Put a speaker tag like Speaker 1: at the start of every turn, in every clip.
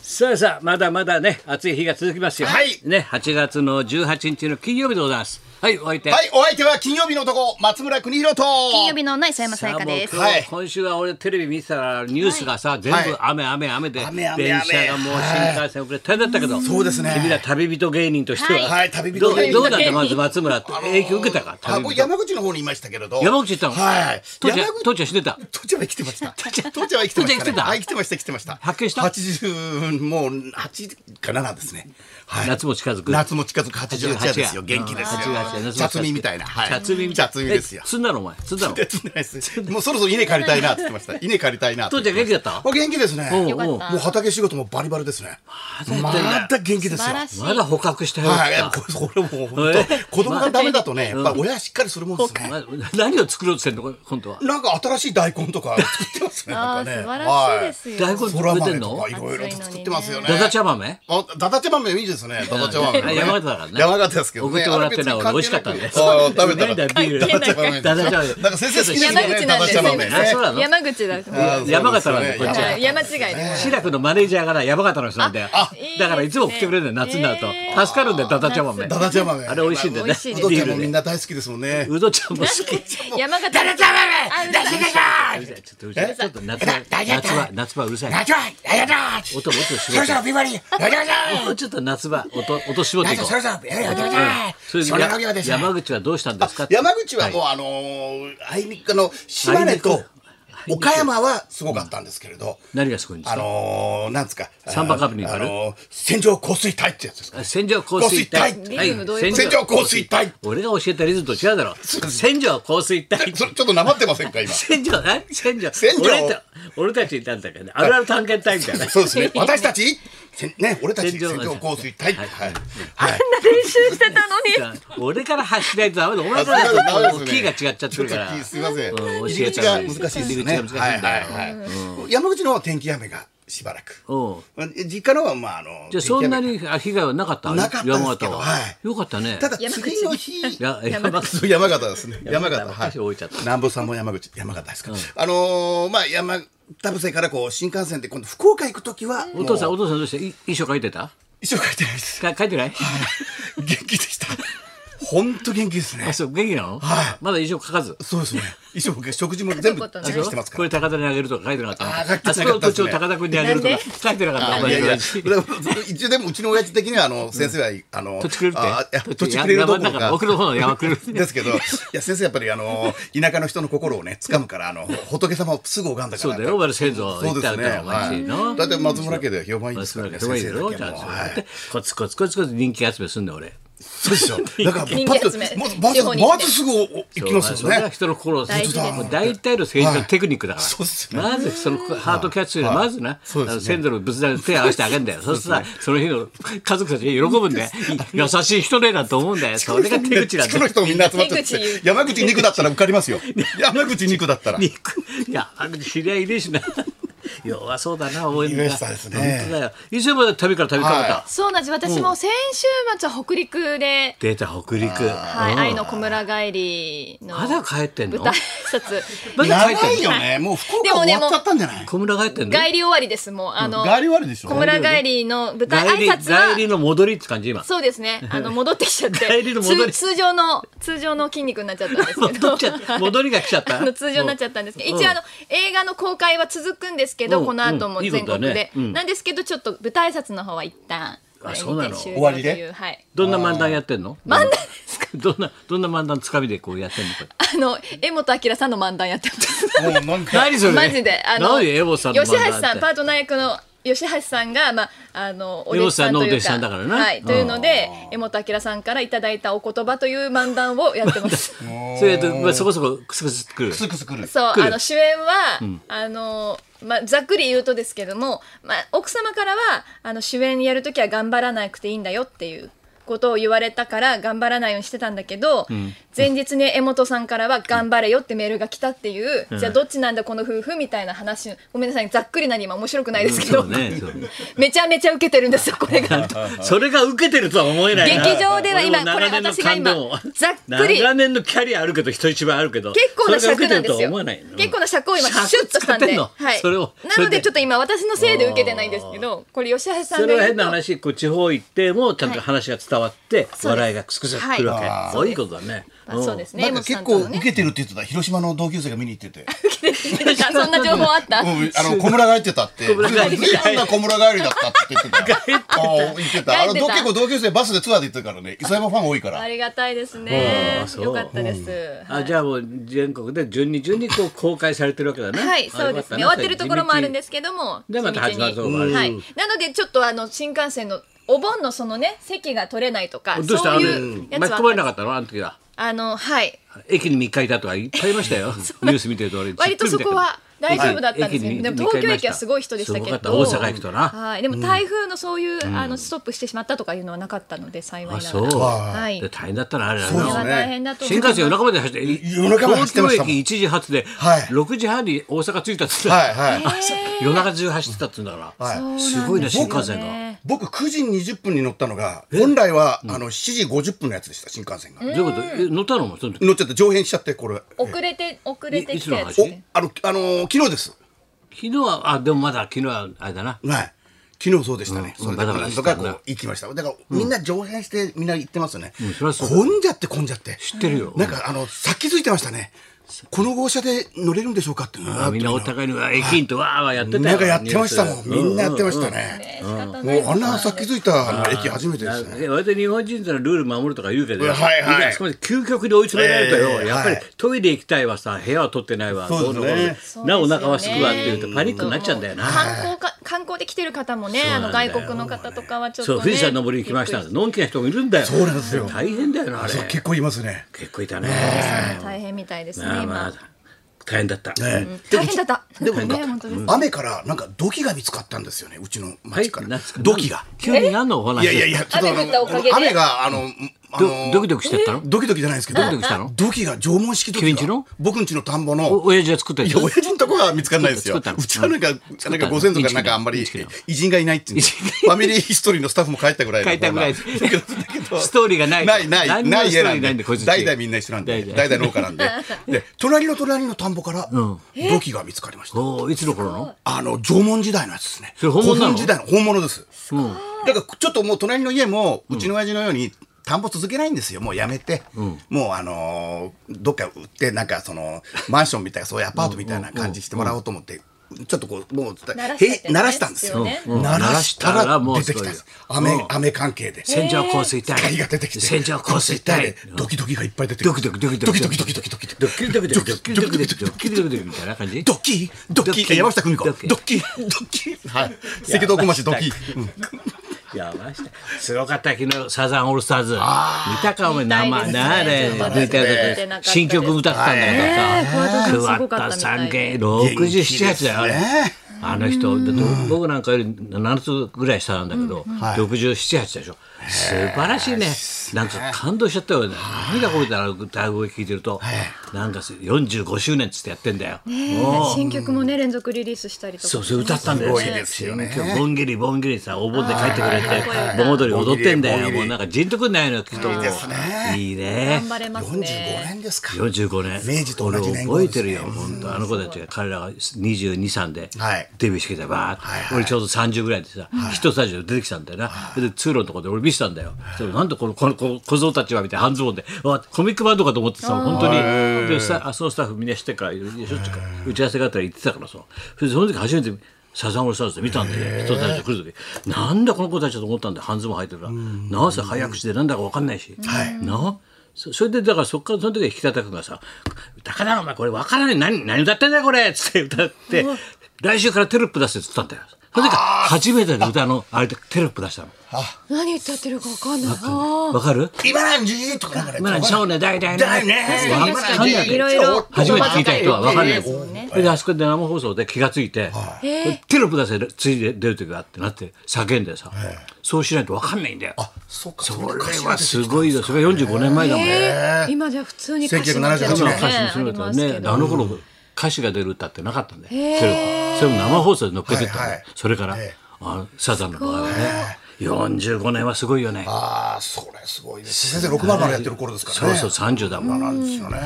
Speaker 1: さあさあまだまだね暑い日が続きますよ
Speaker 2: はい
Speaker 1: ね8月の18日の金曜日でございますはいお相手
Speaker 2: はい、お相手は金曜日の男、松村邦弘と。
Speaker 3: 金曜日のないさやまさやかで
Speaker 1: さ
Speaker 3: す
Speaker 1: あもう今
Speaker 2: は
Speaker 1: 日
Speaker 2: い
Speaker 1: 今週は俺テレビ見てたらニュースがさ、全
Speaker 2: はい
Speaker 1: 部雨雨雨で
Speaker 2: 雨雨
Speaker 1: 電車がもう新幹線遅れ大変だったけど、
Speaker 2: そうですね
Speaker 1: 君ら旅人芸人としては、
Speaker 2: はい旅
Speaker 1: どう
Speaker 2: 人芸人
Speaker 1: どうだったまず松村って影響受けたか
Speaker 2: あ、
Speaker 1: 旅
Speaker 2: 僕
Speaker 1: 人
Speaker 2: 山口の方にいましたけれど。
Speaker 1: 山口行ったの
Speaker 2: はい。
Speaker 1: 父ちゃん
Speaker 2: 山口。
Speaker 1: 父ちゃん知ってた
Speaker 2: 父ちゃんは生きてました。父ちゃんは生きてました、ね。
Speaker 1: 父ちゃん生きてた
Speaker 2: はい、生きてました、生きてました。
Speaker 1: 発見した
Speaker 2: 八十、もう八かななんですね。はい。
Speaker 1: 夏も近づく
Speaker 2: 夏も近づく八十八ですよ。元気ですよ。チャツミみたいな。はい。
Speaker 1: チャツミみ
Speaker 2: チ
Speaker 1: たい
Speaker 2: ャツミですよ
Speaker 1: え。積んだのお前積ん だの
Speaker 2: でつないですもうそろそろ稲借りたいなって言ってました。稲借りたいなって。
Speaker 1: 父ちゃん元気だった
Speaker 2: あ元気ですね。
Speaker 1: おう
Speaker 2: も
Speaker 1: よかっ
Speaker 2: う
Speaker 3: た
Speaker 2: 畑仕事もバリバリですね。まだ元気ですよ。
Speaker 3: 素晴らしい
Speaker 1: まだ捕獲したよかった
Speaker 2: はい、これこれもう本
Speaker 1: え
Speaker 2: 当子供がダメだとね、やっぱり親はしっかりするもんですね。
Speaker 1: ま何を作ろうとしてんのこれ今度は
Speaker 2: なんか新しい大根とか作ってますね。
Speaker 3: あ
Speaker 2: な
Speaker 3: あ
Speaker 2: んかね
Speaker 3: 素晴らしいですよ
Speaker 1: 大根
Speaker 2: はい
Speaker 1: 作
Speaker 2: そ
Speaker 1: れ
Speaker 2: ら
Speaker 1: て
Speaker 2: 豆
Speaker 1: ん
Speaker 2: と
Speaker 1: の
Speaker 2: かいろいろと作ってますよね。
Speaker 1: ダダ茶豆
Speaker 2: あ、だだちゃ豆いいですね。だだちゃ豆
Speaker 1: あ
Speaker 2: ね。
Speaker 1: 山形だからね
Speaker 2: 山形ですけどね。
Speaker 1: 送ってもらってない俺美味しかったんで
Speaker 2: あれ別に関係な
Speaker 1: な
Speaker 2: くあー食べたら。
Speaker 1: んだビール
Speaker 2: だだちゃ豆
Speaker 1: ダダ茶豆
Speaker 2: なんか先生好きですよ
Speaker 3: 山
Speaker 2: ね。
Speaker 3: 口
Speaker 2: だ
Speaker 3: なん
Speaker 2: だ
Speaker 3: で
Speaker 2: ちゃ豆ね。
Speaker 1: あそうなの
Speaker 3: 山口だから
Speaker 2: あーそうですよね
Speaker 1: 山形なんでこっちは
Speaker 3: はい山違いで
Speaker 1: 志らくのマネージャーがな山形の人なんで
Speaker 2: あ
Speaker 1: だからいつも送ってくれるんだよ夏になる
Speaker 3: え
Speaker 1: と助かるんだよダダ茶豆
Speaker 2: だだちゃ豆。
Speaker 1: あれ美味しいんだよね
Speaker 3: 美味しい
Speaker 2: ウ
Speaker 3: です
Speaker 2: ド
Speaker 1: ビ
Speaker 2: ちゃ
Speaker 1: ー
Speaker 2: んも
Speaker 1: ル
Speaker 2: みん
Speaker 1: で
Speaker 2: な大好きですもんね。
Speaker 1: うどちゃんも好き
Speaker 3: 山形だらだ
Speaker 1: ちょ
Speaker 3: ら
Speaker 1: っとうるさいちょっと夏は夏は夏場うるさい
Speaker 2: ちゃいややだ
Speaker 1: 音もっと絞
Speaker 2: そ
Speaker 1: っ
Speaker 2: ろそ
Speaker 1: て
Speaker 2: ろビバリーやだちゃい
Speaker 1: もうちょっと夏場音音絞っていこう
Speaker 2: そろそろやだやだ
Speaker 1: それで
Speaker 2: それだけはですね
Speaker 1: 山口はどうしたんですかって
Speaker 2: 山口はもうあのーあいにくあの島根
Speaker 1: あいに
Speaker 2: と
Speaker 1: く
Speaker 2: 岡山はすごかったんですけれど、
Speaker 1: 何がすごいんです
Speaker 2: あ
Speaker 1: か
Speaker 2: のー、なんつうか
Speaker 1: サンバカブにある
Speaker 2: あのー線状降水帯ってやつですか
Speaker 1: 線状降水帯
Speaker 2: 降水帯
Speaker 1: はい
Speaker 3: リズムどういうこと
Speaker 2: 線状降水帯
Speaker 1: 俺が教えたリズムと違うだろ線状降水帯
Speaker 2: それちょっとなまってません か今
Speaker 1: 線状え線状
Speaker 2: 線状
Speaker 1: 俺た俺たちいたんだけどねあるある探検隊みたいな
Speaker 2: そうですね私たちせんね俺たち
Speaker 1: 線
Speaker 2: 線
Speaker 1: 状
Speaker 2: 状降水帯はいはい、
Speaker 3: 練習してたのに
Speaker 1: 俺から発しないとダメだお前から
Speaker 2: あそう
Speaker 1: だ
Speaker 2: なん
Speaker 1: と
Speaker 2: ですね
Speaker 1: キーが違っちゃってるから
Speaker 2: ちょっとキーすいません、
Speaker 1: うん
Speaker 2: 入り口が難しいですね
Speaker 1: 入り口が難しいんだよ
Speaker 2: はいはいはい山口の方は天気雨がしばらく
Speaker 1: うん
Speaker 2: 実家のはまああの
Speaker 1: じゃあそんな
Speaker 2: 天気雨
Speaker 1: にあ被害はなかった
Speaker 2: なかったですけど
Speaker 1: 山形は
Speaker 2: はい
Speaker 1: よかったね
Speaker 2: ただ次の日
Speaker 1: いや山形
Speaker 2: そう山形ですね。山形
Speaker 1: 山形私置いちゃった
Speaker 2: 南部さんも山口山形ですか。あのーまあ山田伏からこう新幹線で今度福岡行くときは
Speaker 1: お父さん
Speaker 2: もう
Speaker 1: お父さんどうしてい衣装書いてた
Speaker 2: 一生書いてないです。
Speaker 1: か書いてない
Speaker 2: 元気でした。本当元気ですね
Speaker 1: あ。そう元気なの
Speaker 2: はい
Speaker 1: まだ衣装書かず
Speaker 2: そうですね。一生食事も全部チェックしてます
Speaker 1: こ
Speaker 2: から。
Speaker 1: れ高田にあげるとか書いてなかったの
Speaker 2: あ書いてなか
Speaker 1: あ
Speaker 2: ったです
Speaker 1: そ
Speaker 2: ね
Speaker 1: この土地を高田君にあげるとか
Speaker 3: なんで
Speaker 1: 書いてなかったお
Speaker 2: い
Speaker 1: 前
Speaker 2: やい
Speaker 1: の親、
Speaker 2: や
Speaker 1: 父
Speaker 2: でも一応でもうちの親父的にはあの先生はあの
Speaker 1: 土地くれるって
Speaker 2: あいや土地くれるどこ
Speaker 1: 山
Speaker 2: ろ
Speaker 1: の中
Speaker 2: か
Speaker 1: 奥の方の山くれるって
Speaker 2: ですけど、いや先生やっぱりあの田舎の人の心をね掴むから あの仏様をすぐ拝んだから。
Speaker 1: そうだよお前の先祖
Speaker 2: そ
Speaker 1: 行
Speaker 2: う
Speaker 1: っ
Speaker 2: で
Speaker 1: た
Speaker 2: す
Speaker 1: ん
Speaker 2: ね。
Speaker 1: だよお前んち
Speaker 2: は
Speaker 1: の
Speaker 2: い。だって松村家では評判いいですからね。
Speaker 1: すごい
Speaker 2: 先生だ
Speaker 1: よ
Speaker 2: け
Speaker 1: ちゃんと
Speaker 2: はもうはい。
Speaker 1: コツコツコツコツ人気集めすんだよ俺
Speaker 2: そうでしょ。だから
Speaker 3: 人
Speaker 2: パ
Speaker 3: 気
Speaker 2: ッと
Speaker 3: 集め
Speaker 2: まずま
Speaker 3: 地
Speaker 2: ず
Speaker 3: 方に行っ
Speaker 2: ま
Speaker 3: て
Speaker 2: ずすぐお行きます
Speaker 1: そ
Speaker 2: よ
Speaker 1: れは
Speaker 2: ね。
Speaker 1: 人の心を
Speaker 3: 大事です
Speaker 1: もう大体の政治のテクニックだから、
Speaker 2: そうっすよ
Speaker 1: まずそのハートキャッチするよりまずな、
Speaker 2: そうですね
Speaker 1: あの先祖の仏壇に手を合わせてあげるんだよそうするとさその日の家族たちが喜ぶんだよ優しい人ねなんて思うんだよそれが手口なんだ
Speaker 2: 地区の
Speaker 1: よ
Speaker 2: 人もみんな集まっちゃっ
Speaker 3: 手口言う
Speaker 2: て山口肉だったら受かりま すよ。山口肉だったら。
Speaker 1: 肉いやあの知り合いいねえしな弱そうだな応援が
Speaker 2: 岩井さんですね
Speaker 1: 本当だよ以前まで旅から旅からだ、
Speaker 2: は
Speaker 3: そうなんです私も先週末は北陸で
Speaker 1: 出た北陸
Speaker 3: はい
Speaker 1: うん
Speaker 3: 愛の小村帰りの
Speaker 1: まだ帰ってんの
Speaker 3: 舞台挨拶
Speaker 1: ま だ帰っ
Speaker 2: 長
Speaker 1: てん
Speaker 2: い
Speaker 1: の
Speaker 2: よね。もう福
Speaker 3: で
Speaker 2: 岡
Speaker 3: も
Speaker 2: 終
Speaker 3: ね
Speaker 2: わっちゃったんじゃない。
Speaker 1: 小村帰ってんの
Speaker 3: 帰り終わりですもうあの
Speaker 2: ガリ悪いでしょ。
Speaker 3: 小村帰りの舞台
Speaker 1: 帰り
Speaker 3: 挨拶は
Speaker 1: 帰りの戻りって感じ今
Speaker 3: そうですね。あの戻ってきちゃっ て、
Speaker 1: 帰りの戻り
Speaker 3: つ通常の通常の筋肉になっちゃったんです け
Speaker 1: 戻
Speaker 3: ど
Speaker 1: っちゃっ。戻りが来ちゃった
Speaker 3: あの通常になっちゃったんですけど、
Speaker 1: うん
Speaker 3: 一応あの映画の公開は続くんですけど、
Speaker 1: うん
Speaker 3: この後も
Speaker 1: うんいいこと
Speaker 3: 全
Speaker 1: だ
Speaker 3: 国
Speaker 1: ね
Speaker 3: で、
Speaker 1: うん
Speaker 3: なんですけどちょっと舞台挨拶の方は一旦これにて
Speaker 1: そうなの
Speaker 3: 終
Speaker 2: 終わり
Speaker 3: という
Speaker 2: で
Speaker 3: はい。
Speaker 1: どんな漫談やってんの漫談ですかどんなどんな漫談つかみでこうやってんのこれ
Speaker 3: あの江本明さんの漫談やってます。
Speaker 2: もうなんか。
Speaker 1: 何それ
Speaker 3: マジであの
Speaker 1: 何エボさんの漫
Speaker 3: 吉
Speaker 1: 談って
Speaker 3: 橋さんパートナー役の吉橋さんがまああのお
Speaker 1: 江
Speaker 3: 弟
Speaker 1: 本
Speaker 3: 子
Speaker 1: さ
Speaker 3: さ
Speaker 1: ん
Speaker 3: ん
Speaker 1: の
Speaker 3: と
Speaker 1: お
Speaker 3: い
Speaker 1: 弟子
Speaker 3: う
Speaker 1: さ
Speaker 3: か
Speaker 1: んだからな
Speaker 3: はい
Speaker 1: うん
Speaker 3: というので江本明さんからいただいたお言葉という漫談をやっ てます。
Speaker 1: それと、まあ、そこそこクスクスくる
Speaker 2: くすくすくる。
Speaker 3: そう
Speaker 1: 来る
Speaker 3: あの主演は、あのまあ、ざっくり言うとですけども、まあ、奥様からはあの主演やるときは頑張らなくていいんだよっていうことを言われたから頑張らないようにしてたんだけど、前日に江本さんからは「頑張れよ」ってメールが来たっていう、じゃあどっちなんだこの夫婦みたいな話ごめんなさいざっくりなに今面白くないですけ
Speaker 1: そ
Speaker 3: ど、
Speaker 1: うねそうね
Speaker 3: めちゃめちゃ受けてるんですよこ れが。
Speaker 1: それが受けてるとは思えないな
Speaker 3: 劇場では今
Speaker 1: 俺も
Speaker 3: これ
Speaker 1: 長年の
Speaker 3: 私が今
Speaker 1: 感動を
Speaker 3: ざっくり
Speaker 1: 長年のキャリアあるけど人一倍あるけど
Speaker 3: 結構な尺なん
Speaker 1: それが受けてる
Speaker 3: です
Speaker 1: とは
Speaker 3: よ
Speaker 1: 思わないの。
Speaker 3: 結構な尺を今
Speaker 1: 尺
Speaker 3: シュッとし
Speaker 1: 使
Speaker 3: たん
Speaker 1: って
Speaker 3: で、
Speaker 1: んの
Speaker 3: はい。
Speaker 1: それをそ
Speaker 3: な
Speaker 1: れ
Speaker 3: の
Speaker 1: で
Speaker 3: でちょっと今私のせいで受けてないんですけど、これ吉橋さ
Speaker 1: そ
Speaker 3: ん
Speaker 1: れ
Speaker 3: が言う
Speaker 1: は
Speaker 3: と
Speaker 1: 変な話こう地方行ってもちゃんと話が伝わって
Speaker 3: す
Speaker 1: 笑いがくすくすくるわけ、
Speaker 2: はい
Speaker 1: そうい、うことだね
Speaker 3: まあそうですね。
Speaker 2: なん
Speaker 3: 江
Speaker 2: か
Speaker 3: 本
Speaker 2: 結
Speaker 3: さ
Speaker 2: 構
Speaker 3: んとの
Speaker 2: 受
Speaker 3: ね。
Speaker 2: けてるって言ってた広島の同級生が見に行って て
Speaker 3: なんかそんな情報あった。
Speaker 2: うんあの小村帰ってたって
Speaker 1: 小村帰り
Speaker 2: 随分な小村帰りだったって言ってたよあ言ってたあの
Speaker 3: 帰ってた
Speaker 2: 結構同級生バスでツアーで行ってたからね磯山ファン多いから
Speaker 3: ありがたいですね
Speaker 1: あ。そう
Speaker 3: よかったです。
Speaker 1: あじゃあもう全国で順に順にこう公開されてるわけだね。
Speaker 3: はい、そうですね。終わってるところもあるんですけども、
Speaker 1: でまた始まるところもある
Speaker 3: はい。なのでちょっとあの新幹線のお盆のそのね席が取れないとか
Speaker 1: どうした
Speaker 3: そ
Speaker 1: あ
Speaker 3: う
Speaker 1: れ
Speaker 3: いうやつ
Speaker 1: 巻き
Speaker 3: は
Speaker 1: 込まれなかったのあの時は
Speaker 3: あのはい
Speaker 1: 駅に3日いたとかいっぱいいました よニュース見てると俺
Speaker 3: 割とそこは大丈夫だったんですけ
Speaker 1: はい
Speaker 3: ど、でも
Speaker 1: 駅に
Speaker 3: 東京駅はすごい人でしたけ
Speaker 1: すごかった
Speaker 3: ど
Speaker 1: 大阪行くとな
Speaker 3: はいでも台風のそういう、あのストップしてしまったとかいうのはなかったので幸いな
Speaker 1: あ
Speaker 3: がら
Speaker 1: そう、
Speaker 3: はい
Speaker 1: で大変だったなあれだ
Speaker 2: そ
Speaker 3: こ
Speaker 2: う
Speaker 3: れ
Speaker 2: です
Speaker 3: は
Speaker 1: な
Speaker 2: ね
Speaker 3: 大変だと思
Speaker 1: 新
Speaker 3: いま
Speaker 1: 幹
Speaker 3: す
Speaker 1: 線夜中まで走って
Speaker 2: 夜中まで走って
Speaker 1: 東
Speaker 2: ましたもん
Speaker 1: 京駅1時発で
Speaker 2: はい
Speaker 1: 6時半に大阪着いたっつって、
Speaker 2: はいはい
Speaker 1: 夜中中走ってたっつうんだから、
Speaker 2: はい
Speaker 1: すごいね新幹線が、
Speaker 2: 僕9時20分に乗ったのが本来は、あの7時50分のやつでした新幹線が、
Speaker 1: どういうことえ乗ったのその時
Speaker 2: 乗っちゃって上辺しちゃってこれ
Speaker 3: 遅れて遅れてきたやつ
Speaker 1: いいつの
Speaker 2: お
Speaker 1: 話
Speaker 3: ね
Speaker 2: あのあのー昨日です
Speaker 1: 昨日はあでもまだ昨日はあれだな
Speaker 2: はい昨日そうでしたね、
Speaker 1: うん
Speaker 2: それ
Speaker 1: バ
Speaker 2: で
Speaker 1: タバタ
Speaker 2: な
Speaker 1: し
Speaker 2: ん
Speaker 1: て
Speaker 2: と
Speaker 1: た
Speaker 2: か
Speaker 1: ん
Speaker 2: こ
Speaker 1: だ
Speaker 2: う行きましただから、みんな上辺してみんな行ってますよね、
Speaker 1: そりゃそうだ
Speaker 2: 混んじゃって混んじゃって
Speaker 1: 知ってるよ
Speaker 2: なんかあのさっきづいてましたねこの号車で乗れるんでしょうかってう
Speaker 1: あみんなお互いにうわ駅員とわーわーやってたよ
Speaker 2: なんかやってましたもん
Speaker 1: ニュー
Speaker 2: み
Speaker 1: ス
Speaker 2: んなやってました
Speaker 3: ね
Speaker 2: ね、
Speaker 3: 仕方
Speaker 2: も
Speaker 3: ないう
Speaker 2: あんなさっきづいた駅初めてですね
Speaker 1: え割と日本人ってのはルール守るとか言うけど、
Speaker 2: はいはい
Speaker 1: やそこまで究極に追い詰められるとよ、
Speaker 2: ええ
Speaker 1: やっぱり
Speaker 2: はい
Speaker 1: トイレ行きたいわさ部屋は取ってないわ
Speaker 2: そうです
Speaker 1: どうの
Speaker 2: ね
Speaker 1: こうのなお
Speaker 3: そうです
Speaker 1: 腹はす
Speaker 3: よね
Speaker 1: くわっていうとパニックになっちゃうんだよな。
Speaker 3: 観光か観光で来てる方もねあの外国の方とかはちょっと
Speaker 1: そう
Speaker 3: ね
Speaker 1: 富士山登りに来ましたのんきな人もいるんだよ
Speaker 2: そうなんですよ
Speaker 1: 大変だよなあれ
Speaker 2: そう結構いますね
Speaker 1: 結構いたね
Speaker 3: 大変みたいですね
Speaker 1: まあまあ
Speaker 3: 今
Speaker 1: 大変だった、
Speaker 2: ね
Speaker 3: 大変だった
Speaker 2: でもなんか
Speaker 3: ね本当です
Speaker 2: 雨からなんか土器が見つかったんですよねうちの町から、
Speaker 1: なんすか
Speaker 2: 土器が
Speaker 1: 急に何のお話
Speaker 2: いやいやいやちょっとあの
Speaker 3: 雨降ったおかげで
Speaker 2: 雨があのあ
Speaker 1: ど
Speaker 2: の
Speaker 1: ドキドキしてったの
Speaker 2: ドキドキじゃないですけど
Speaker 1: ドキドキしたの
Speaker 2: 土器が縄文式土器
Speaker 1: 君ん
Speaker 2: が
Speaker 1: ちの
Speaker 2: 僕んちの田んぼ
Speaker 1: お
Speaker 2: の
Speaker 1: 親父が作った
Speaker 2: い
Speaker 1: や
Speaker 2: や
Speaker 1: つ
Speaker 2: 親父のとこは見つかんないですよ
Speaker 1: 作ったの
Speaker 2: うちはなんか
Speaker 1: ったの
Speaker 2: なんかご先祖がなんかあんま
Speaker 1: イン
Speaker 2: り
Speaker 1: チキだよ
Speaker 2: 偉人がいないっていうんでファミリーヒストリーのスタッフも帰ったぐらいの
Speaker 1: 書いたぐらい
Speaker 2: だ
Speaker 1: で
Speaker 2: けどだけど
Speaker 1: ストーリーがない
Speaker 2: ないない
Speaker 1: 何にも
Speaker 2: ない
Speaker 1: スト
Speaker 2: 家
Speaker 1: ー
Speaker 2: な
Speaker 1: リ
Speaker 2: ん
Speaker 1: ーないん
Speaker 2: で
Speaker 1: でこいつ
Speaker 2: 代々みんな一緒なんで
Speaker 1: 代々
Speaker 2: 代々農家なんでで隣の隣の田んぼから土器が見つかりました
Speaker 1: おーいつの頃の
Speaker 2: あの縄文時代のやつですね。
Speaker 1: それ本物なの
Speaker 2: 古墳時代の本物です。だからちょっともう隣の家もうちの親父のように田んぼ続けないんですよ。もうやめて、もうあのーどっか売ってなんかそのマンションみたいなそういうアパートみたいな感じしてもらおうと思って。ちょっとこうもう
Speaker 3: 鳴らしちゃっ
Speaker 2: へ
Speaker 3: て
Speaker 2: 鳴らしたんですよ。
Speaker 3: です
Speaker 1: よね
Speaker 2: 鳴らした
Speaker 1: 鳴らしたら
Speaker 2: ら
Speaker 1: もう
Speaker 2: 出てきたんです。
Speaker 1: そういう
Speaker 2: 雨雨関係で。
Speaker 1: 線状降水帯
Speaker 2: 光が出てきて。
Speaker 1: 線状降水帯
Speaker 2: ドキドキがいっぱい出てく
Speaker 1: ド
Speaker 2: る
Speaker 1: キドキドキド
Speaker 2: ド
Speaker 1: キ
Speaker 2: キドキドキドキドキドキ
Speaker 1: ドッキリドキドキドッキリドキドキドッキリドキドキみたいな感じ
Speaker 2: ドッキードッキ
Speaker 1: ドッキー
Speaker 2: ー山下久美子
Speaker 1: ド
Speaker 2: ド
Speaker 1: ッキー
Speaker 2: ッキードッキーはい 赤道小町ドッキーうん
Speaker 1: やばしたすごかった昨日サザンオールスターズ見たかお前
Speaker 3: 見た
Speaker 1: 生
Speaker 3: いですね
Speaker 1: なあれ
Speaker 3: ちょっと
Speaker 1: 抜いてあ
Speaker 3: 見て
Speaker 1: る
Speaker 3: なかったです
Speaker 1: 新曲歌ってたんだ
Speaker 3: ね
Speaker 1: け
Speaker 3: え桑田さ
Speaker 1: ど
Speaker 3: ん
Speaker 1: さ
Speaker 3: すごかった
Speaker 1: 桑田
Speaker 3: み
Speaker 1: さ
Speaker 3: た
Speaker 1: ん
Speaker 3: い
Speaker 1: 芸67
Speaker 2: 元気
Speaker 1: 八だよあれ
Speaker 2: ですね
Speaker 1: あの人だって僕なんかより7つぐらい下なんだけど678でしょ素晴らしいねなんか感動しちゃったよね涙こぼれたら歌声聞いてるとなんか45周年っつってやってんだよもう
Speaker 3: 新曲もね連続リリースしたりとか
Speaker 1: そう、それ歌ったんだよ。
Speaker 2: すごいですよね
Speaker 1: 新曲ボンギリ、ボンギリさ、お盆で帰ってくれて、盆踊り踊ってんだ
Speaker 2: ボン
Speaker 1: よ。
Speaker 2: ギリ
Speaker 1: もうなんか、じんとくんないの、きっと。いい
Speaker 2: ですね
Speaker 1: ね
Speaker 3: 頑。張れます
Speaker 2: 45
Speaker 3: ね
Speaker 2: 年ですか
Speaker 1: 45年。
Speaker 2: 明治と同じ年号
Speaker 1: 俺
Speaker 2: で
Speaker 1: 覚えて
Speaker 2: すね
Speaker 1: るよ、本当あの子たちが、彼らが22、3で
Speaker 2: はい
Speaker 1: デビューしてきたバーって
Speaker 2: はいはい
Speaker 1: 俺ちょうど30ぐらいでさ、一スタジオで出てきたんだよな。で、通路のとこで俺見せたんだよ。それなんでこの、この子小僧たちはみたいな半ズボンで、わコミックバンドかと思ってさ、本当に。で、スタあそのスタッフみんな知ってるから、しょっちゅうか打ち合わせがあったら行ってたからさ。それでその時初めて、サザンオールスターズで見たんだよ、人たちと来る時なんだこの子たちだと思ったんだよ半ズボン履いてるからなぜ早口でなんだか分かんないし、なそそれでだからそっからその時は引き叩くがさ「高田お前これ分からない何何歌ってんだよこれ」っつって歌って来週からテロップ出せっつったんだよそれで初めての歌のあれでテロップ出したの
Speaker 3: 何歌ってるかわかんないあ
Speaker 1: 分かる
Speaker 2: 今なんじとかなんかね
Speaker 1: 今の少年代々の
Speaker 2: だよね
Speaker 1: わかんないわ
Speaker 3: いろいろ
Speaker 1: 初めて聞いた人は分かんない
Speaker 3: ですもんね
Speaker 1: それであそこで生放送で気がついて、これテロップ出せついで出る時があってなって叫んでさ、そうしないと分かんないんだよ。
Speaker 2: あ、そうか。そ
Speaker 1: こ
Speaker 2: れ
Speaker 1: れはすごいよ。それが45年前だもんね。
Speaker 2: え
Speaker 4: 今じゃ普通に歌詞
Speaker 2: 1978
Speaker 4: なってるのね
Speaker 1: 今歌詞にす
Speaker 4: あ
Speaker 1: る
Speaker 4: り
Speaker 1: と
Speaker 4: ます
Speaker 1: ね
Speaker 4: け、ど
Speaker 1: あの頃歌詞が出る歌ってなかったんだよ。テロップそれも生放送で乗っけてったの
Speaker 2: はいはい
Speaker 1: それから
Speaker 2: ええ
Speaker 1: あのサザンの場合はね、45年はすごいよね。
Speaker 2: ああ、それすごいです。先生6万からやってる頃ですから
Speaker 1: そう
Speaker 2: ね。
Speaker 1: そう30だもん。
Speaker 2: なんですよね。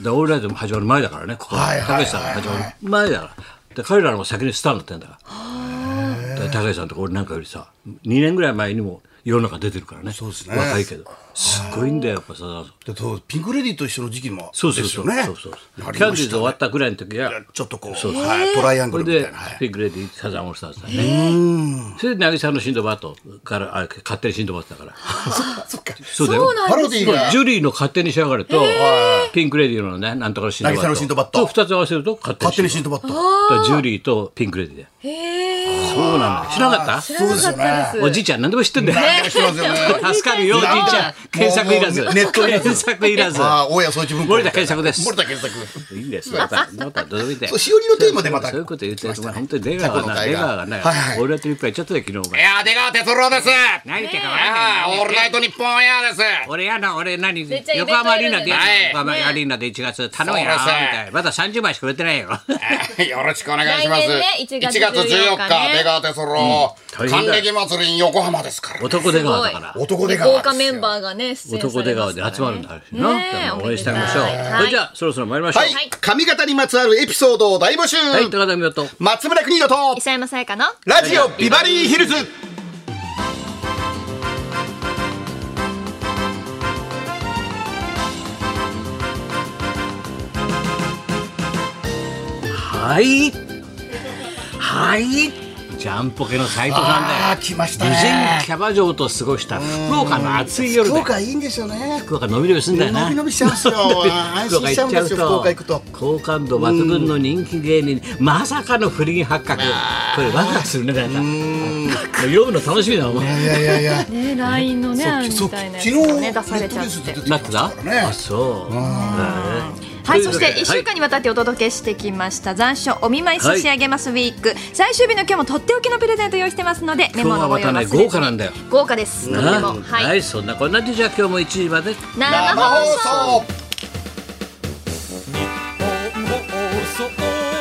Speaker 1: でオールライトも始まる前だからねここ
Speaker 2: はい
Speaker 1: 高
Speaker 2: はいはいはい
Speaker 1: 橋さんが始まる前だからで彼らの方が先にスターになってんだからだから高橋さんとか俺なんかよりさ2年ぐらい前にも世の中出てるからね
Speaker 2: そうですね
Speaker 1: 若いけどすごいんだよやっぱさ
Speaker 2: でとピンクレディーと一緒の時期も
Speaker 1: そうそう
Speaker 2: です
Speaker 1: そ
Speaker 2: よ
Speaker 1: う、
Speaker 2: ね。
Speaker 1: そうそうキ
Speaker 2: やり
Speaker 1: ャ
Speaker 2: ま
Speaker 1: ン
Speaker 2: し
Speaker 1: ディーズ
Speaker 2: た
Speaker 1: 終わったぐらいの時が
Speaker 2: ちょっとこうはい、トライアン
Speaker 1: こ
Speaker 2: グ
Speaker 1: れ
Speaker 2: ルみたい
Speaker 1: で
Speaker 2: な。はい
Speaker 1: ピッグレディサザンオールスターズだねそれで渚のシンドバッドからあ勝手にシンドバッドだから
Speaker 2: そっか。
Speaker 1: そうだよ
Speaker 2: パロディーが
Speaker 1: ジュリーの勝手に仕上がると、ピンクレディーのね、なんとかのシンドバット。
Speaker 2: 渚のシンドバット
Speaker 1: と二つ合わせると勝手に
Speaker 2: 勝手に
Speaker 1: シ
Speaker 2: シ
Speaker 1: ンド
Speaker 2: ンド
Speaker 1: バッ
Speaker 2: バット。
Speaker 1: ト。だからジュリーとピンクレディーだよ。
Speaker 3: へえ
Speaker 1: そうなのよ。知らなかった
Speaker 2: そうですよね。
Speaker 1: おじいちゃん何でも知ってんだよ。
Speaker 2: なんかしてますよね。
Speaker 1: 助かるよ、おじいちゃん。検索いらず。
Speaker 2: もうもうネットいらず
Speaker 1: 検索いらず。
Speaker 2: ああ、大家総一文庫みた
Speaker 1: 森
Speaker 2: いな
Speaker 1: 田健作です
Speaker 2: 森田健作。
Speaker 1: いいんです。また、また、どうでもいいんだよ
Speaker 2: そうしおりのテーマでまた
Speaker 1: そういうこと言ってると、
Speaker 2: 来ましたね
Speaker 1: 本当に出川が
Speaker 2: 過去の
Speaker 1: な、
Speaker 2: 回
Speaker 1: 出
Speaker 2: が
Speaker 1: 川がね
Speaker 2: はいは、い
Speaker 1: 俺といっぱいちょっとで昨日お前。
Speaker 2: いや、出川哲郎です。
Speaker 1: 何言ってか
Speaker 2: ああ、オールナイ
Speaker 1: ト。
Speaker 2: ト日本エアです。
Speaker 1: 俺やな、俺何、
Speaker 3: っちゃイベント
Speaker 1: 横浜アリーナでやる
Speaker 2: はい
Speaker 1: 横浜アリーナで1月頼むよ、み
Speaker 2: そうです
Speaker 1: たいな。まだ30枚しか売れてないよ。
Speaker 2: えー よろしくお願いします。
Speaker 3: 来年ね1月14日ね
Speaker 2: 1月14日出川哲郎、
Speaker 1: うん
Speaker 2: 還暦祭りに横浜ですから。
Speaker 1: 男出川だから。
Speaker 2: 男出川
Speaker 3: 豪
Speaker 2: ですよ
Speaker 3: 華メンバーがね出演さ
Speaker 1: 男出
Speaker 3: れま
Speaker 1: 川
Speaker 3: す
Speaker 1: で
Speaker 3: からね
Speaker 1: 集まるんだあるし
Speaker 3: ねえ
Speaker 1: な。応援してあげましょう。
Speaker 3: お
Speaker 1: そ
Speaker 3: めでたい
Speaker 1: れじゃあ、そろそろ参りましょう。
Speaker 2: はい、髪型にまつわるエピソードを大募集。
Speaker 1: はい、高田美代と。
Speaker 2: 松村邦洋と
Speaker 3: 磯山さやかの
Speaker 2: ラジオビバリーヒルズ。
Speaker 1: はい。はい。ジャンポケの斎藤さんだ
Speaker 2: あ
Speaker 1: よ
Speaker 2: ー。来ました
Speaker 1: 美人
Speaker 2: ね。
Speaker 1: キャバ嬢と過ごした福岡の暑い夜で
Speaker 2: 福岡いいんですよね。
Speaker 1: 福岡伸び伸びすんだよな
Speaker 2: 伸び伸びしちゃうんで すよ安心しちゃうんですよ福岡行くと
Speaker 1: 好感度抜群の人気芸人まさかの不倫発覚これワクワクするねだいたい読むの楽しみだなお前
Speaker 2: いやいやいや。
Speaker 3: ね LINE のねみ
Speaker 2: そう
Speaker 3: たい
Speaker 2: 昨
Speaker 3: なや
Speaker 2: 日
Speaker 3: つ
Speaker 2: ネ
Speaker 3: もね
Speaker 2: ッ
Speaker 3: 出
Speaker 2: ト
Speaker 3: さ
Speaker 2: ニュ
Speaker 3: れちゃ
Speaker 2: ー
Speaker 3: っ
Speaker 2: ス
Speaker 3: て
Speaker 2: で出てき
Speaker 1: な
Speaker 2: ま
Speaker 1: って
Speaker 2: したたから
Speaker 1: あ
Speaker 2: ね。
Speaker 1: そう
Speaker 3: はい、そし
Speaker 1: という
Speaker 3: て
Speaker 1: ことで
Speaker 3: 1週間にわたってお届けしてきました残暑お見舞い差し上げますウィーク、最終日の今日もとっておきのプレゼント用意してますのでメ
Speaker 1: 今
Speaker 3: モ
Speaker 1: 日は
Speaker 3: の
Speaker 1: ま
Speaker 3: 模様
Speaker 1: たね
Speaker 3: 忘れずに
Speaker 1: 豪華なんだよ
Speaker 3: 豪華ですとて
Speaker 1: な
Speaker 3: もは
Speaker 1: はいいそんなこんなでじゃあ今日も1時まで
Speaker 3: 生
Speaker 2: 生
Speaker 3: 放
Speaker 2: 放
Speaker 3: 送
Speaker 2: 送。
Speaker 5: 放送